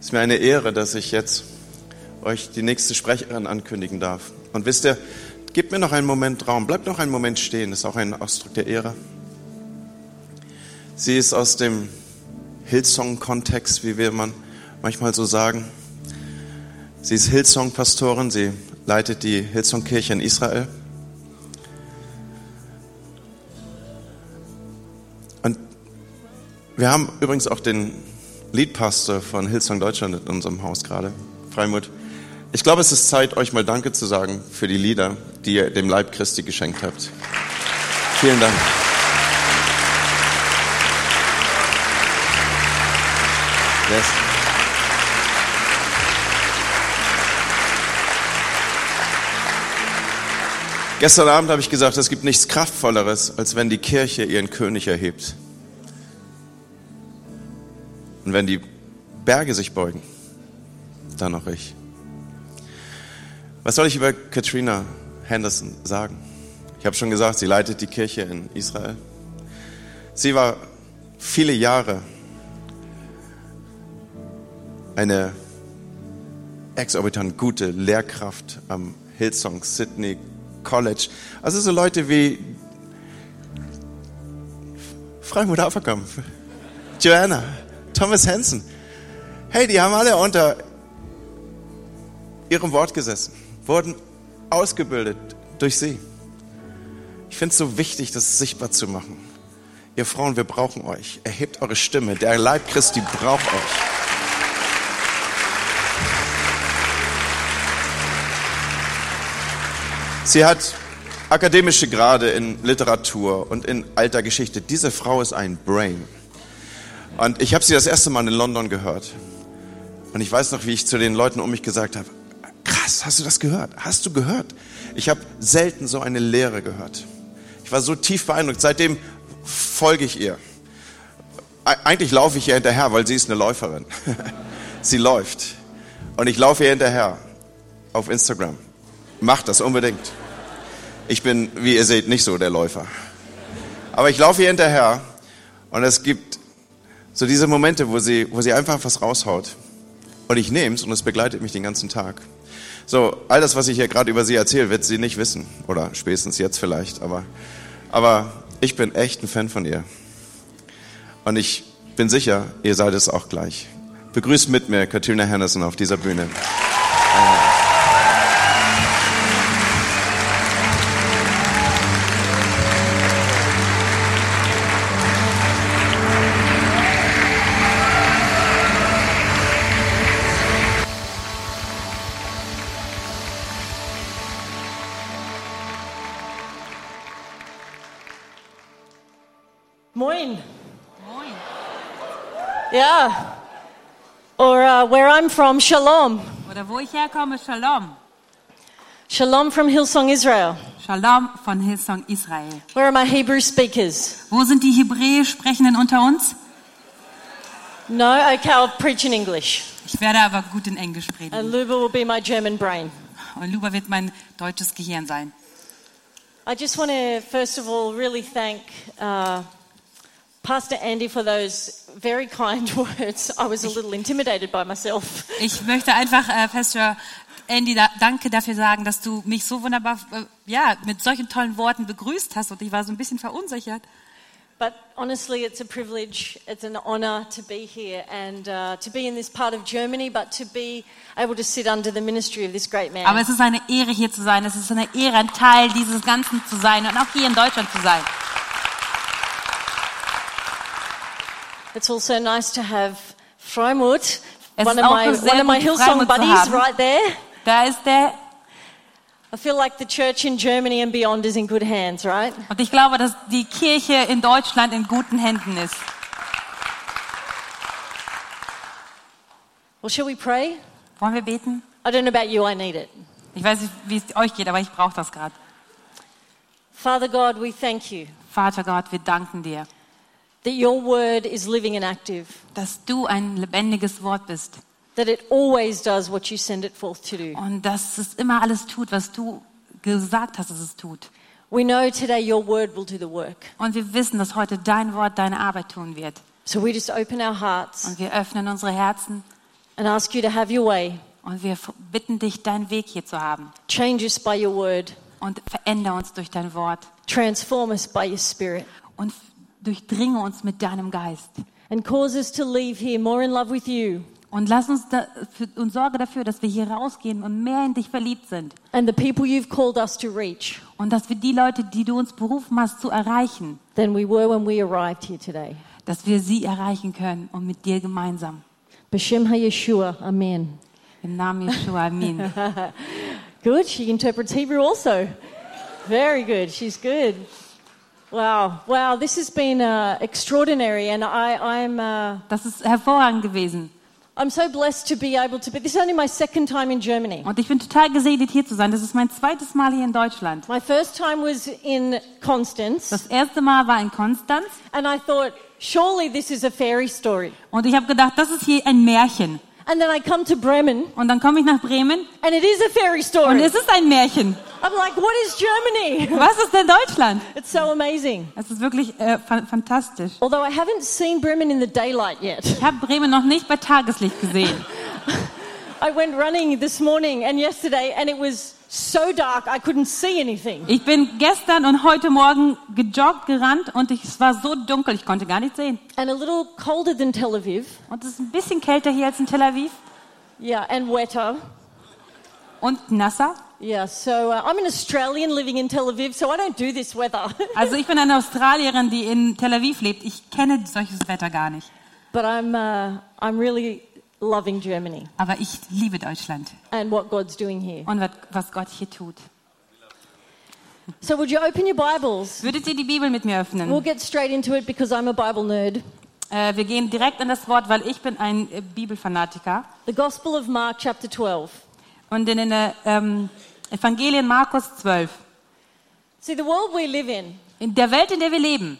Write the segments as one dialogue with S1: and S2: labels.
S1: Es ist mir eine Ehre, dass ich jetzt euch die nächste Sprecherin ankündigen darf. Und wisst ihr, gebt mir noch einen Moment Raum, bleibt noch einen Moment stehen, das ist auch ein Ausdruck der Ehre. Sie ist aus dem Hillsong-Kontext, wie wir man manchmal so sagen. Sie ist Hillsong-Pastorin, sie leitet die Hillsong-Kirche in Israel. Und wir haben übrigens auch den Leadpastor von Hillsong Deutschland in unserem Haus gerade, Freimut. Ich glaube, es ist Zeit, euch mal Danke zu sagen für die Lieder, die ihr dem Leib Christi geschenkt habt. Vielen Dank. Yes. Gestern Abend habe ich gesagt, es gibt nichts Kraftvolleres, als wenn die Kirche ihren König erhebt. Und wenn die Berge sich beugen, dann noch ich. Was soll ich über Katrina Henderson sagen? Ich habe schon gesagt, sie leitet die Kirche in Israel. Sie war viele Jahre eine exorbitant gute Lehrkraft am Hillsong Sydney College. Also so Leute wie Freimut Haferkampf, Joanna, Thomas Hansen. Hey, die haben alle unter ihrem Wort gesessen, wurden ausgebildet durch sie. Ich finde es so wichtig, das sichtbar zu machen. Ihr Frauen, wir brauchen euch. Erhebt eure Stimme. Der Leib Christi braucht euch. Sie hat akademische Grade in Literatur und in alter Geschichte. Diese Frau ist ein Brain. Und ich habe sie das erste Mal in London gehört. Und ich weiß noch, wie ich zu den Leuten um mich gesagt habe, krass, hast du das gehört? Hast du gehört? Ich habe selten so eine Lehre gehört. Ich war so tief beeindruckt. Seitdem folge ich ihr. Eigentlich laufe ich ihr hinterher, weil sie ist eine Läuferin. sie läuft. Und ich laufe ihr hinterher auf Instagram. Macht das unbedingt. Ich bin, wie ihr seht, nicht so der Läufer. Aber ich laufe ihr hinterher und es gibt so diese Momente, wo sie, wo sie einfach was raushaut. Und ich nehme es und es begleitet mich den ganzen Tag. So, all das, was ich hier gerade über sie erzähle, wird sie nicht wissen. Oder spätestens jetzt vielleicht. Aber, aber ich bin echt ein Fan von ihr. Und ich bin sicher, ihr seid es auch gleich. Begrüßt mit mir Katrina Henderson auf dieser Bühne.
S2: Moin. Moin. Yeah. Or uh, where I'm from, Shalom.
S3: Oder wo ich herkomme, Shalom.
S2: Shalom from Hillsong Israel.
S3: Shalom von Hillsong Israel.
S2: Where are my Hebrew speakers?
S3: Wo sind die Hebräisch Sprechenden unter uns?
S2: No? Okay, I'll preach in English.
S3: Ich werde aber gut in Englisch
S2: And
S3: reden.
S2: Luba will be my German brain.
S3: Und Luba wird mein deutsches Gehirn sein.
S2: I just want to, first of all, really thank uh, Pastor Andy for those very kind words. I was a little intimidated by myself.
S3: Ich möchte einfach, äh, Pastor Andy, da, danke dafür sagen, dass du mich so wunderbar, äh, ja, mit solchen tollen Worten begrüßt hast. Und ich war so ein bisschen verunsichert.
S2: But honestly, it's a privilege, it's an honour to be here and uh, to be in this part of Germany, but to be able to sit under the ministry of this great man.
S3: Aber es ist eine Ehre, hier zu sein. Es ist eine Ehre, ein Teil dieses Ganzen zu sein und auch hier in Deutschland zu sein.
S2: It's also nice to have Freimut,
S3: Es
S2: one
S3: ist
S2: of,
S3: auch
S2: my,
S3: sehr
S2: one of my
S3: gut,
S2: Hillsong
S3: Freimut zu
S2: buddies,
S3: haben.
S2: right there.
S3: Da ist der.
S2: I feel like the church in Germany and beyond is in good hands, right?
S3: Und ich glaube, dass die Kirche in Deutschland in guten Händen ist.
S2: Well, shall we pray?
S3: Wollen wir beten?
S2: I don't know about you, I need it.
S3: Ich weiß nicht, wie es euch geht, aber ich brauche das gerade.
S2: Father God, we thank you
S3: Vater Gott, wir danken dir,
S2: that your word is living and active,
S3: dass du ein lebendiges Wort bist
S2: that it always does what you send it forth to do.
S3: und dass es immer alles tut, was du gesagt hast, dass es tut.
S2: We know today your word will do the work.
S3: Und wir wissen, dass heute dein Wort deine Arbeit tun wird.
S2: So we just open our hearts
S3: Und wir öffnen unsere Herzen
S2: and ask you to have your way.
S3: Und wir f- bitten dich, deinen Weg hier zu haben.
S2: Change us by your word,
S3: Und verändere uns durch dein Wort.
S2: transform us by your spirit,
S3: Und f- durchdringe uns mit deinem Geist.
S2: and cause us to leave here more in love with you
S3: Und lass uns da, für, und sorge dafür, dass wir hier rausgehen und mehr in dich verliebt sind.
S2: and the people you've called us to reach
S3: Und dass wir die Leute, die du uns berufen hast, zu erreichen,
S2: than we were when we arrived here today.
S3: dass wir sie erreichen können und mit dir gemeinsam.
S2: B'Shem HaYeshua, Amen.
S3: Im Namen Yeshua, Amen.
S2: Good. She interprets Hebrew also. Very good. She's good. Wow. Wow. This has been uh, extraordinary, and I, I'm. Uh,
S3: Das ist hervorragend gewesen.
S2: I'm so blessed to be able to be. This is only my second time in Germany.
S3: Und ich bin total gesegnet, hier zu sein. Das ist mein zweites Mal hier in Deutschland.
S2: My first time was in Constance,
S3: Das erste Mal war in Konstanz.
S2: and I thought, surely this is a fairy story.
S3: Und ich habe gedacht, das ist hier ein Märchen.
S2: And then I come to Bremen,
S3: Und dann komme ich nach Bremen
S2: and it is a fairy
S3: und
S2: story.
S3: es ist ein Märchen.
S2: I'm like, what is Germany?
S3: Was ist denn Deutschland?
S2: It's so amazing.
S3: Es ist wirklich äh, fa fantastisch.
S2: Although I haven't seen Bremen in the daylight yet.
S3: Ich habe Bremen noch nicht bei Tageslicht gesehen.
S2: I went running this morning and yesterday, and it was so dark I couldn't see anything.
S3: Ich bin gestern und heute Morgen gejoggt, gerannt und ich, es war so dunkel, ich konnte gar nichts sehen.
S2: And a little colder than Tel Aviv.
S3: Und es ist ein bisschen kälter hier als in Tel Aviv
S2: Yeah, and wetter.
S3: und nasser.
S2: Yeah, so uh, I'm an Australian living in Tel Aviv, so I don't do this weather.
S3: Also ich bin eine Australierin, die in Tel Aviv lebt. Ich kenne solches Wetter gar nicht.
S2: but I'm, uh, I'm really loving Germany
S3: Aber ich liebe Deutschland
S2: and what God's doing here.
S3: und wat- was Gott hier tut.
S2: So, would you open your Bibles?
S3: Würdet ihr die Bibel mit mir
S2: We'll
S3: öffnen?
S2: get straight into it because I'm a Bible nerd.
S3: Äh, wir gehen direkt an das Wort, weil ich bin ein äh, Bibelfanatiker.
S2: The Gospel of Mark, chapter 12.
S3: Und in den äh, ähm, Evangelien Markus 12.
S2: See, the world we live in,
S3: In der Welt, in der wir leben,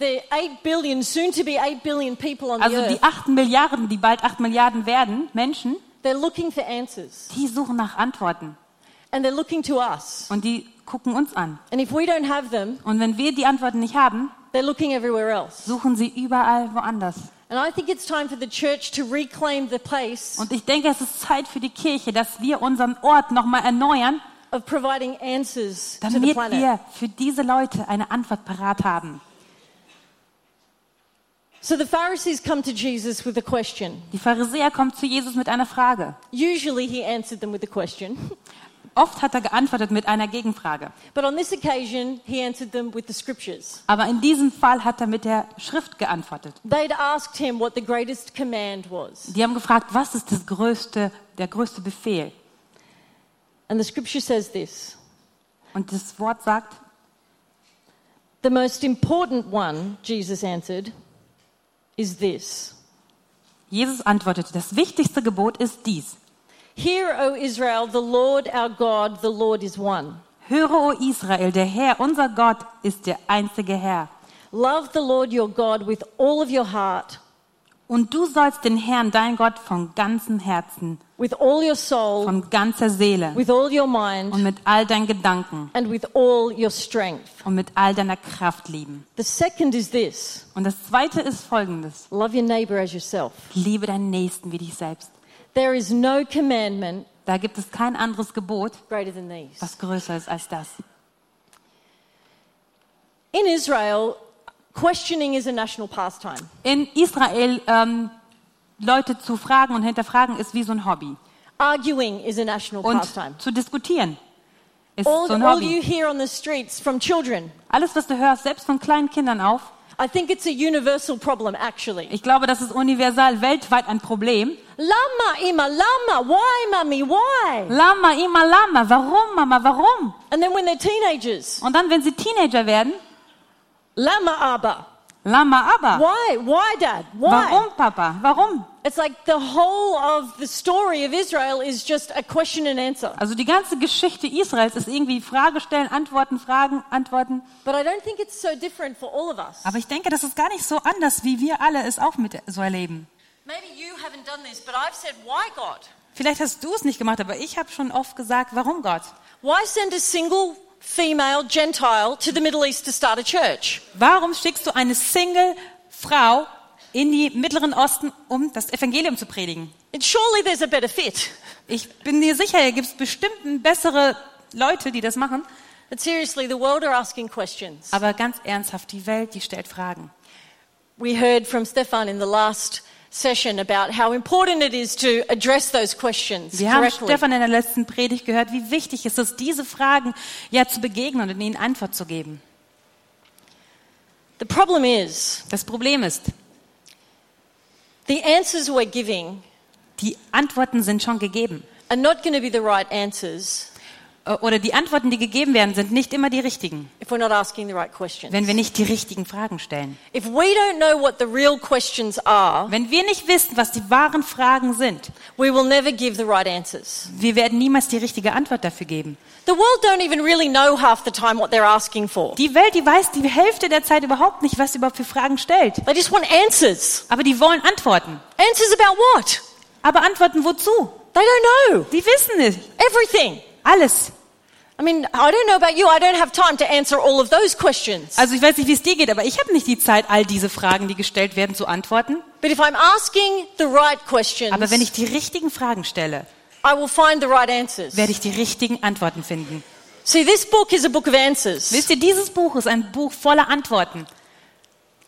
S2: the 8 billion, soon to be 8 billion people on the
S3: also
S2: earth,
S3: die 8 Milliarden, die bald 8 Milliarden werden, Menschen,
S2: they're looking for answers.
S3: die suchen nach Antworten.
S2: and they're looking to us.
S3: Und die gucken uns an.
S2: And if we don't have them,
S3: Und wenn wir die Antworten nicht haben,
S2: they're looking everywhere else.
S3: suchen sie überall woanders.
S2: And I think it's time for the church to reclaim the place
S3: Und ich denke, es ist Zeit für die Kirche, dass wir unseren Ort nochmal erneuern,
S2: of providing answers to the
S3: damit
S2: planet.
S3: wir für diese Leute eine Antwort parat haben.
S2: So the Pharisees come to Jesus with a question.
S3: Die Pharisäer kommen zu Jesus mit einer Frage.
S2: Usually he answered them with a question,
S3: Oft hat er geantwortet mit einer Gegenfrage.
S2: but on this occasion he answered them with the scriptures.
S3: Aber in diesem Fall hat er mit der Schrift geantwortet.
S2: They'd asked him what the greatest command was.
S3: Die haben gefragt, was ist das größte, der größte Befehl?
S2: And the scripture says this
S3: Und das Wort sagt,
S2: The most important one, Jesus answered, is this
S3: Jesus antwortete, das wichtigste Gebot ist dies.
S2: Hear, O Israel, the Lord our God, the Lord is one.
S3: Höre, o Israel, der Herr, unser Gott, ist der einzige Herr.
S2: Love the Lord your God with all of your heart,
S3: Und du sollst den Herrn, dein Gott, von ganzem Herzen,
S2: with all your soul,
S3: von ganzer Seele
S2: with all your
S3: und
S2: mind,
S3: mit all deinen Gedanken
S2: and with all your strength.
S3: und mit all deiner Kraft lieben.
S2: The second is this
S3: Und das zweite ist folgendes.
S2: love your neighbor as yourself.
S3: Liebe deinen Nächsten wie dich selbst.
S2: There is no commandment
S3: Da gibt es kein anderes Gebot,
S2: greater than these.
S3: was größer ist als das.
S2: In Israel, questioning is a national pastime.
S3: In Israel ähm, Leute zu fragen und hinterfragen ist wie so ein Hobby.
S2: Arguing is a national
S3: Und
S2: pastime.
S3: zu diskutieren ist
S2: All,
S3: so ein
S2: all you
S3: Hobby.
S2: hear on the streets from children,
S3: Alles, was du hörst, selbst von kleinen Kindern auf,
S2: I think it's a universal problem, actually.
S3: ich glaube, das ist universal weltweit ein Problem.
S2: Lama, ima, lama, why, mummy, why?
S3: Lama, immer Lama, warum, Mama, warum?
S2: And then when they're teenagers,
S3: Und dann, wenn sie Teenager werden,
S2: lama, aber.
S3: Lama, aber.
S2: Why? Why, Dad? Why?
S3: Warum, Papa? Warum?
S2: It's like the whole of the story of Israel is just a question and answer.
S3: Also die ganze Geschichte Israels ist irgendwie Frage stellen, Antworten, Fragen, Antworten.
S2: But I don't think it's so different for all of us.
S3: Aber ich denke, das ist gar nicht so anders, wie wir alle es auch mit so erleben.
S2: Maybe you haven't done this, but I've said, why God?
S3: Vielleicht hast du es nicht gemacht, aber ich habe schon oft gesagt, warum Gott?
S2: Why send a single female Gentile to the Middle East to start a church?
S3: Warum schickst du eine Single-Frau in die Mittleren Osten, um das Evangelium zu predigen?
S2: And surely there's a better fit.
S3: Ich bin mir sicher, hier gibt es bestimmt bessere Leute, die das machen.
S2: But seriously, the world are asking questions.
S3: Aber ganz ernsthaft, die Welt, die stellt Fragen.
S2: We heard from Stefan in the last session about how important it is to address those questions
S3: Wir haben
S2: correctly.
S3: Stefan in der letzten Predigt gehört, wie wichtig es ist, diese Fragen ja zu begegnen und ihnen Antwort zu geben.
S2: The problem is
S3: Das Problem ist,
S2: the answers we're giving
S3: die Antworten sind schon gegeben.
S2: are not going to be the right answers
S3: Äh, Oder die Antworten, die gegeben werden, sind nicht immer die richtigen,
S2: if we're not asking the right questions.
S3: wenn wir nicht die richtigen Fragen stellen.
S2: If we don't know what the real questions are,
S3: Wenn wir nicht wissen, was die wahren Fragen sind,
S2: we will never give the right answers.
S3: wir werden niemals die richtige Antwort dafür geben.
S2: The world don't even really know half the time what they're asking for.
S3: Die Welt, die weiß die Hälfte der Zeit überhaupt nicht, was sie überhaupt für Fragen stellt.
S2: They just want answers.
S3: Aber die wollen Antworten.
S2: Answers about what?
S3: Aber Antworten wozu?
S2: They don't know.
S3: Die wissen nicht.
S2: Everything.
S3: Alles.
S2: I mean, I don't know about you. I don't have time to answer all of those questions.
S3: Also ich weiß nicht, wie es dir geht, aber ich habe nicht die Zeit, all diese Fragen, die gestellt werden, zu antworten.
S2: But if I'm asking the right questions,
S3: Aber wenn ich die richtigen Fragen stelle,
S2: I will find the right answers.
S3: werde ich die richtigen Antworten finden.
S2: See, this book is a book of answers,
S3: Wisst ihr, dieses Buch ist ein Buch voller Antworten,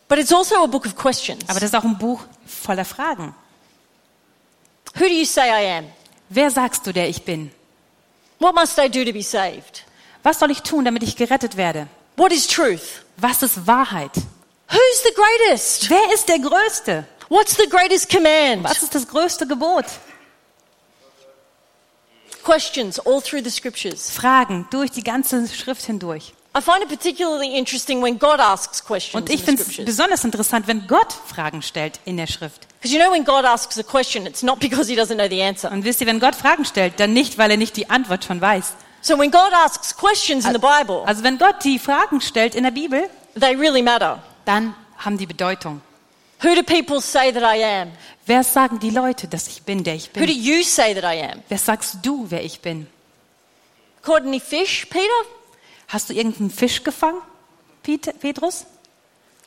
S2: but it's also a book of questions.
S3: aber das ist auch ein Buch voller Fragen.
S2: Who do you say I am?
S3: Wer sagst du, der ich bin?
S2: What must I do to be saved?
S3: Was soll ich tun, damit ich gerettet werde?
S2: What is truth?
S3: Was ist Wahrheit?
S2: Who's the greatest?
S3: Wer ist der Größte?
S2: What's the greatest command?
S3: Was ist das größte Gebot?
S2: Questions all through the scriptures.
S3: Fragen durch die ganze Schrift hindurch.
S2: I find it particularly interesting when God asks questions
S3: Und ich
S2: in the
S3: finde es
S2: scriptures.
S3: besonders interessant, wenn Gott Fragen stellt in der Schrift.
S2: Because you know when God asks a question, it's not because he doesn't know the answer.
S3: Und wisst ihr, wenn Gott Fragen stellt, dann nicht, weil er nicht die Antwort schon weiß.
S2: So when God asks questions in the Bible,
S3: Also wenn Gott die Fragen stellt in der Bibel,
S2: they really matter.
S3: dann haben die Bedeutung.
S2: Who do people say that I am?
S3: Wer sagen die Leute, dass ich bin, der ich
S2: Who do
S3: bin?
S2: you say that I am?
S3: Wer sagst du, wer ich bin?
S2: Caught any fish, Peter?
S3: Hast du irgendeinen Fisch gefangen, Pete- Petrus?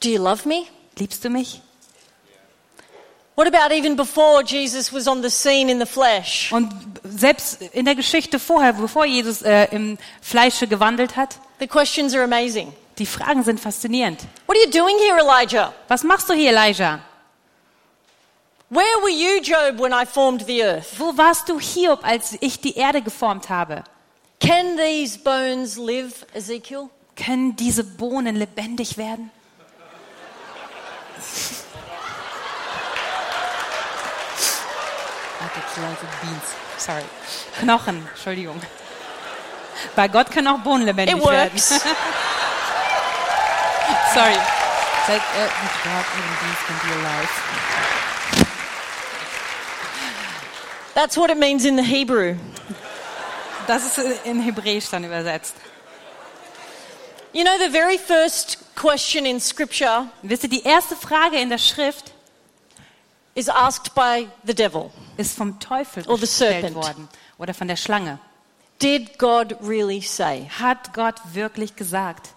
S2: Do you love me?
S3: Liebst du mich?
S2: What about even before Jesus was on the scene in the flesh?
S3: Und selbst in der Geschichte vorher, bevor Jesus äh, im Fleische gewandelt hat,
S2: The questions are amazing.
S3: die Fragen sind faszinierend.
S2: What are you doing here, Elijah?
S3: Was machst du hier, Elijah?
S2: Where were you, Job, when I formed the earth?
S3: Wo warst du, Hiob, als ich die Erde geformt habe?
S2: Can these bones live, Ezekiel?
S3: Können diese Bohnen lebendig werden? I could smell the beans. Sorry. Knochen, Entschuldigung. Bei Gott können auch Bohnen lebendig
S2: It
S3: werden.
S2: works.
S3: Sorry. That, uh, with God, even beans can be alive.
S2: That's what it means in the Hebrew.
S3: Das ist äh, in Hebräisch dann übersetzt.
S2: You know, the very first question in Scripture
S3: Wisst ihr, die erste Frage in der Schrift
S2: is asked by the devil
S3: ist vom Teufel
S2: Or the
S3: gestellt
S2: serpent.
S3: worden oder von der Schlange.
S2: Did God really say?
S3: Hat Gott wirklich gesagt?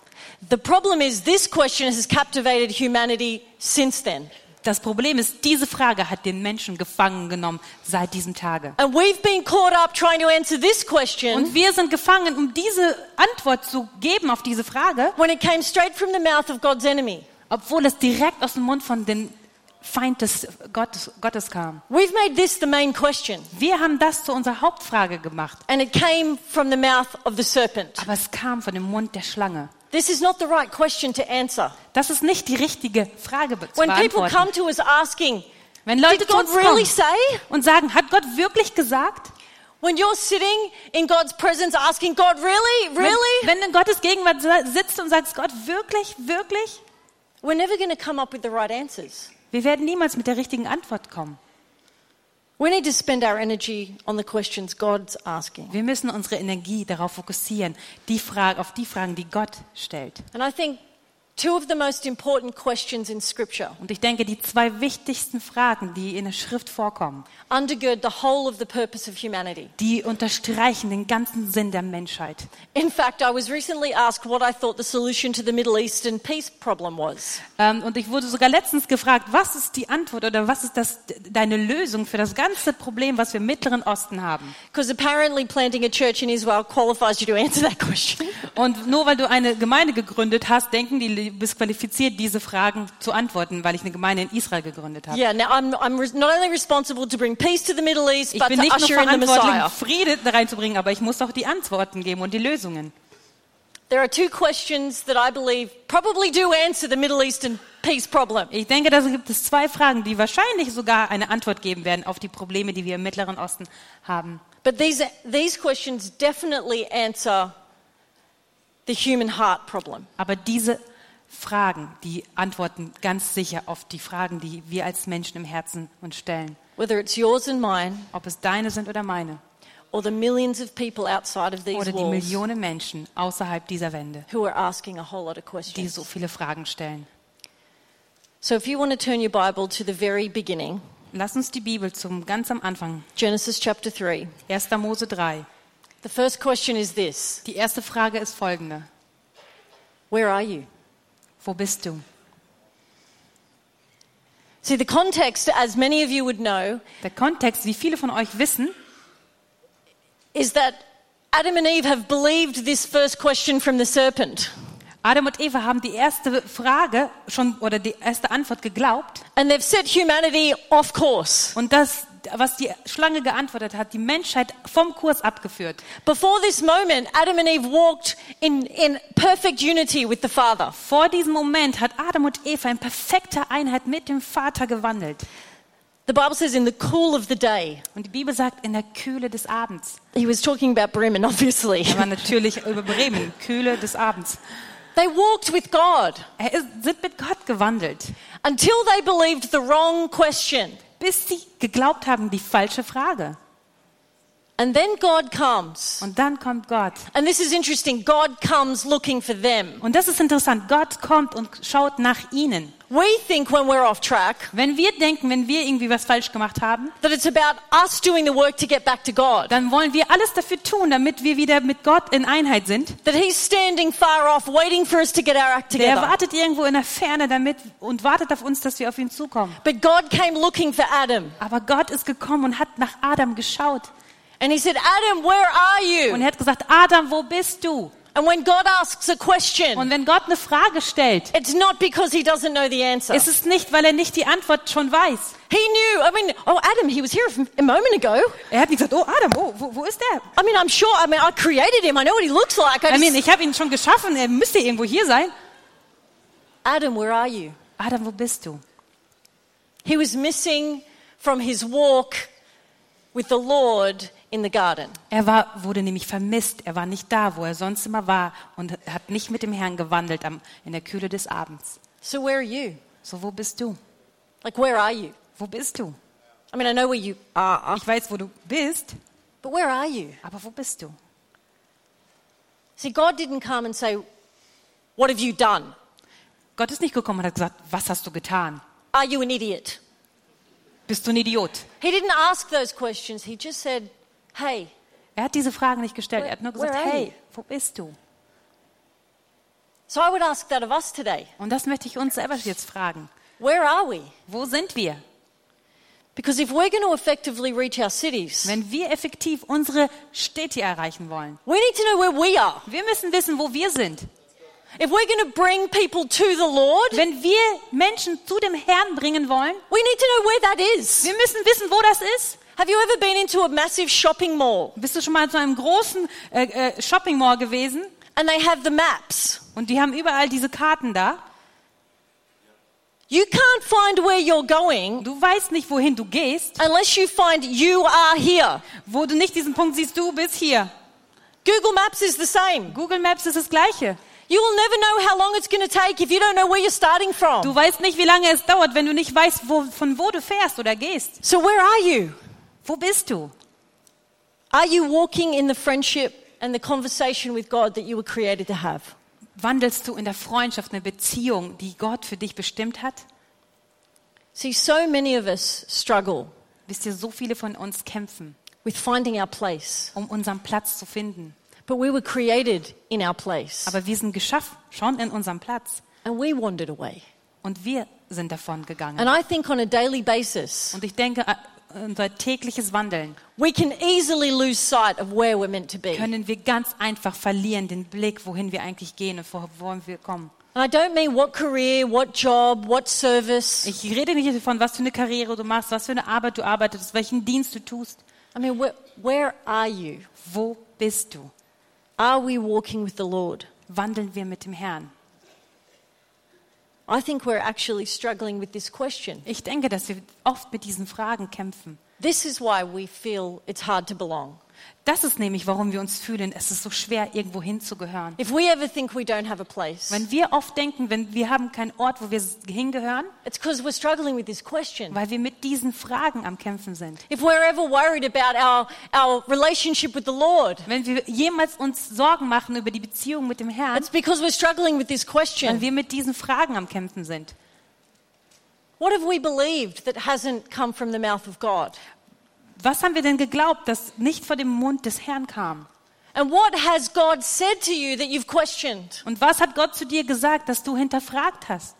S2: The problem is, this question has captivated humanity since then.
S3: Das Problem ist, diese Frage hat den Menschen gefangen genommen seit diesem Tage.
S2: And we've been caught up trying to answer this question
S3: Und wir sind gefangen, um diese Antwort zu geben auf diese Frage,
S2: when it came straight from the mouth of God's enemy.
S3: obwohl es direkt aus dem Mund von dem Feind des Gottes, Gottes kam.
S2: We've made this the main question,
S3: Wir haben das zu unserer Hauptfrage gemacht,
S2: and it came from the mouth of the serpent.
S3: aber es kam von dem Mund der Schlange.
S2: This is not the right question to answer.
S3: Das ist nicht die richtige Frage be- zu
S2: When people
S3: beantworten.
S2: come to us asking,
S3: Wenn Leute
S2: Did
S3: zu
S2: God
S3: uns
S2: really
S3: kommen
S2: say?
S3: und sagen, hat Gott wirklich gesagt?
S2: when you're sitting in God's presence asking, God, really? Really?
S3: Wenn, wenn du in Gottes Gegenwart sa- sitzt und sagst, Gott, wirklich, wirklich?
S2: We're never going to come up with the right answers.
S3: Wir werden niemals mit der richtigen Antwort kommen.
S2: We need to spend our energy on the questions God's asking.
S3: Wir müssen unsere Energie darauf fokussieren, die Frage, auf die Fragen, die Gott stellt.
S2: And I think two of the most important questions in Scripture
S3: Und ich denke, die zwei wichtigsten Fragen, die in der Schrift vorkommen,
S2: undergird the whole of the purpose of humanity.
S3: die unterstreichen den ganzen Sinn der Menschheit.
S2: In fact, I was recently asked what I thought the solution to the Middle Eastern peace problem was.
S3: Ähm, und ich wurde sogar letztens gefragt, was ist die Antwort oder was ist das, deine Lösung für das ganze Problem, was wir im Mittleren Osten haben?
S2: Because apparently planting a church in Israel qualifies you to answer that question.
S3: Und nur weil du eine Gemeinde gegründet hast, denken die, du bist qualifiziert, diese Fragen zu antworten, weil ich eine Gemeinde in Israel gegründet habe.
S2: yeah, now I'm, I'm re- not only responsible to bring peace to the Middle East,
S3: Ich
S2: but
S3: bin
S2: to
S3: nicht nur
S2: usher in the Messiah.
S3: verantwortlich, um Friede da reinzubringen, aber ich muss auch die Antworten geben und die Lösungen.
S2: There are two questions that I believe probably do answer the Middle Eastern peace problem.
S3: Ich denke, da gibt es zwei Fragen, die wahrscheinlich sogar eine Antwort geben werden auf die Probleme, die wir im Mittleren Osten haben.
S2: But these, these questions definitely answer the human heart problem.
S3: Aber diese Fragen, die antworten ganz sicher auf die Fragen, die wir als Menschen im Herzen uns stellen.
S2: Whether it's yours and mine,
S3: Ob es deine sind oder meine.
S2: or the millions of people outside of these
S3: Oder die
S2: walls
S3: Millionen Menschen außerhalb dieser Wände,
S2: who are asking a whole lot of
S3: die
S2: questions.
S3: so viele Fragen stellen.
S2: So if you want to turn your Bible to the very beginning,
S3: Lass uns die Bibel zum ganz am Anfang.
S2: Genesis chapter 3,
S3: 1. Mose 3.
S2: the first question is this
S3: Die erste Frage ist folgende.
S2: Where are you?
S3: Wo bist du?
S2: See, the context, as many of you would know,
S3: Der Kontext, wie viele von euch wissen,
S2: is that Adam and Eve have believed this first question from the serpent.
S3: Adam und Eva haben die erste Frage schon oder die erste Antwort geglaubt
S2: And they've set humanity off course.
S3: und das, was die Schlange geantwortet hat, die Menschheit vom Kurs abgeführt.
S2: Before this moment, Adam and Eve walked in, in perfect unity with the Father.
S3: Vor diesem Moment hat Adam und Eva in perfekter Einheit mit dem Vater gewandelt.
S2: The Bible says in the cool of the day.
S3: Und die Bibel sagt, in der Kühle des Abends.
S2: He was talking about Bremen, obviously.
S3: Er war natürlich über Bremen, Kühle des Abends.
S2: They walked with God
S3: Er ist, sind mit Gott gewandelt,
S2: until they believed the wrong question.
S3: bis sie geglaubt haben, die falsche Frage.
S2: And then God comes.
S3: Und dann kommt Gott.
S2: And this is interesting. God comes looking for them.
S3: Und das ist interessant. Gott kommt und schaut nach ihnen.
S2: We think when we're off track
S3: Wenn wir denken, wenn wir irgendwie was falsch gemacht haben,
S2: that it's about us doing the work to get back to God.
S3: dann wollen wir alles dafür tun, damit wir wieder mit Gott in Einheit sind.
S2: That He's standing far off waiting for us to get our act
S3: Der
S2: together.
S3: wartet irgendwo in der Ferne damit und wartet auf uns, dass wir auf ihn zukommen.
S2: But God came looking for Adam.
S3: Aber Gott ist gekommen und hat nach Adam geschaut
S2: And he said, Adam, where are
S3: und
S2: you?
S3: er hat gesagt, Adam, wo bist du?
S2: And when God asks a
S3: Und
S2: question,
S3: wenn Gott eine Frage stellt,
S2: it's not because he doesn't know the answer.
S3: ist
S2: He
S3: es nicht, weil er nicht die Antwort schon weiß.
S2: knew, I mean, oh, Adam, he was here a moment ago.
S3: Er hat nicht gesagt, oh Adam, oh, wo, wo ist der?
S2: I mean, I'm sure, I mean, I created him. I know what he looks like. I
S3: I mean,
S2: just,
S3: ich habe ihn schon geschaffen, er müsste irgendwo hier sein.
S2: Adam, where are you?
S3: Adam, wo bist du?
S2: He was missing from his walk with the Lord in the garden.
S3: Er war, wurde nämlich vermisst. Er war nicht da, wo er sonst immer war und hat nicht mit dem Herrn gewandelt am, in der Kühle des Abends.
S2: So where are you?
S3: So, wo bist du?
S2: Like, where are you?
S3: Wo bist du?
S2: I mean, I know where you are,
S3: Ich weiß, wo du bist,
S2: but where are you?
S3: aber wo bist du?
S2: See, God didn't come and say, what have you done?
S3: Gott ist nicht gekommen und hat gesagt, was hast du getan?
S2: Are you an idiot?
S3: Bist du ein Idiot?
S2: He didn't ask those questions. He just said, Hey,
S3: Er hat diese Fragen nicht gestellt. Er hat nur gesagt,
S2: Where are
S3: hey,
S2: you?
S3: wo bist du?
S2: so I would ask that of us today.
S3: Und das möchte ich uns selber jetzt fragen.
S2: Where are we?
S3: Wo sind wir?
S2: Because if we're going to effectively reach our cities,
S3: Wenn wir effektiv unsere Städte erreichen wollen,
S2: we need to know where we are.
S3: wir müssen wissen, wo wir sind.
S2: If we're going to bring people to the Lord,
S3: Wenn wir Menschen zu dem Herrn bringen wollen,
S2: we need to know where that is.
S3: wir müssen wissen, wo das ist.
S2: Have you ever been into a massive shopping mall
S3: Bist du schon mal zu einem großen äh, äh, Shopping Mall gewesen?
S2: and they have the maps?
S3: Und die haben überall diese Karten da.
S2: You can't find where you're going
S3: Du weißt nicht, wohin du gehst,
S2: unless you find you are here.
S3: wo du nicht diesen Punkt siehst, du bist hier.
S2: Google Maps is the same.
S3: Google Maps ist das Gleiche.
S2: You will never know how long it's going to take if you don't know where you're starting
S3: Du
S2: from.
S3: weißt nicht, wie lange es dauert, wenn du nicht weißt, wo, von wo du fährst oder gehst.
S2: So, where are you?
S3: Wo bist du?
S2: Are you walking in the friendship and the conversation with God that you were created to have?
S3: Wandelst du in der Freundschaft, eine Beziehung, die Gott für dich bestimmt hat?
S2: See, so many of us struggle
S3: Wisst ihr, so viele von uns kämpfen,
S2: with finding our place,
S3: um unseren Platz zu finden.
S2: but we were created in our place
S3: Aber wir sind geschaffen, schon in unserem Platz.
S2: and we wandered away.
S3: Und wir sind davon
S2: And
S3: gegangen.
S2: I think on a daily basis,
S3: Und ich denke, äh, unser tägliches Wandeln
S2: we can easily lose sight of where we're meant to be. And
S3: können wir ganz einfach verlieren, den Blick, wohin wir eigentlich gehen und wo- wohin wir kommen.
S2: I don't mean what career, what job, what service.
S3: Ich rede nicht davon, was für eine Karriere du machst, was für eine Arbeit du arbeitest, welchen Dienst du tust.
S2: I mean, where, where are you?
S3: Wo bist du?
S2: Are we walking with the Lord?
S3: Wandeln wir mit dem Herrn?
S2: I think we're actually struggling with this question.
S3: Ich denke, dass wir oft mit diesen Fragen kämpfen.
S2: This is why we feel it's hard to belong.
S3: Das ist nämlich, warum wir uns fühlen, es ist so schwer, irgendwo hinzugehören.
S2: If we ever think we don't have a place,
S3: Wenn wir oft denken, wenn wir haben keinen Ort, wo wir hingehören,
S2: it's because we're struggling with this question.
S3: weil wir mit diesen Fragen am Kämpfen sind.
S2: If we're ever worried about our, our relationship with the Lord,
S3: Wenn wir jemals uns Sorgen machen über die Beziehung mit dem Herrn,
S2: it's because we're struggling with this
S3: weil
S2: question.
S3: wir mit diesen Fragen am Kämpfen sind.
S2: What have we believed that hasn't come from the mouth of God?
S3: Was haben wir denn geglaubt, das nicht vor dem Mund des Herrn kam?
S2: And what has God said to you that you've questioned?
S3: Und was hat Gott zu dir gesagt, dass du hinterfragt hast?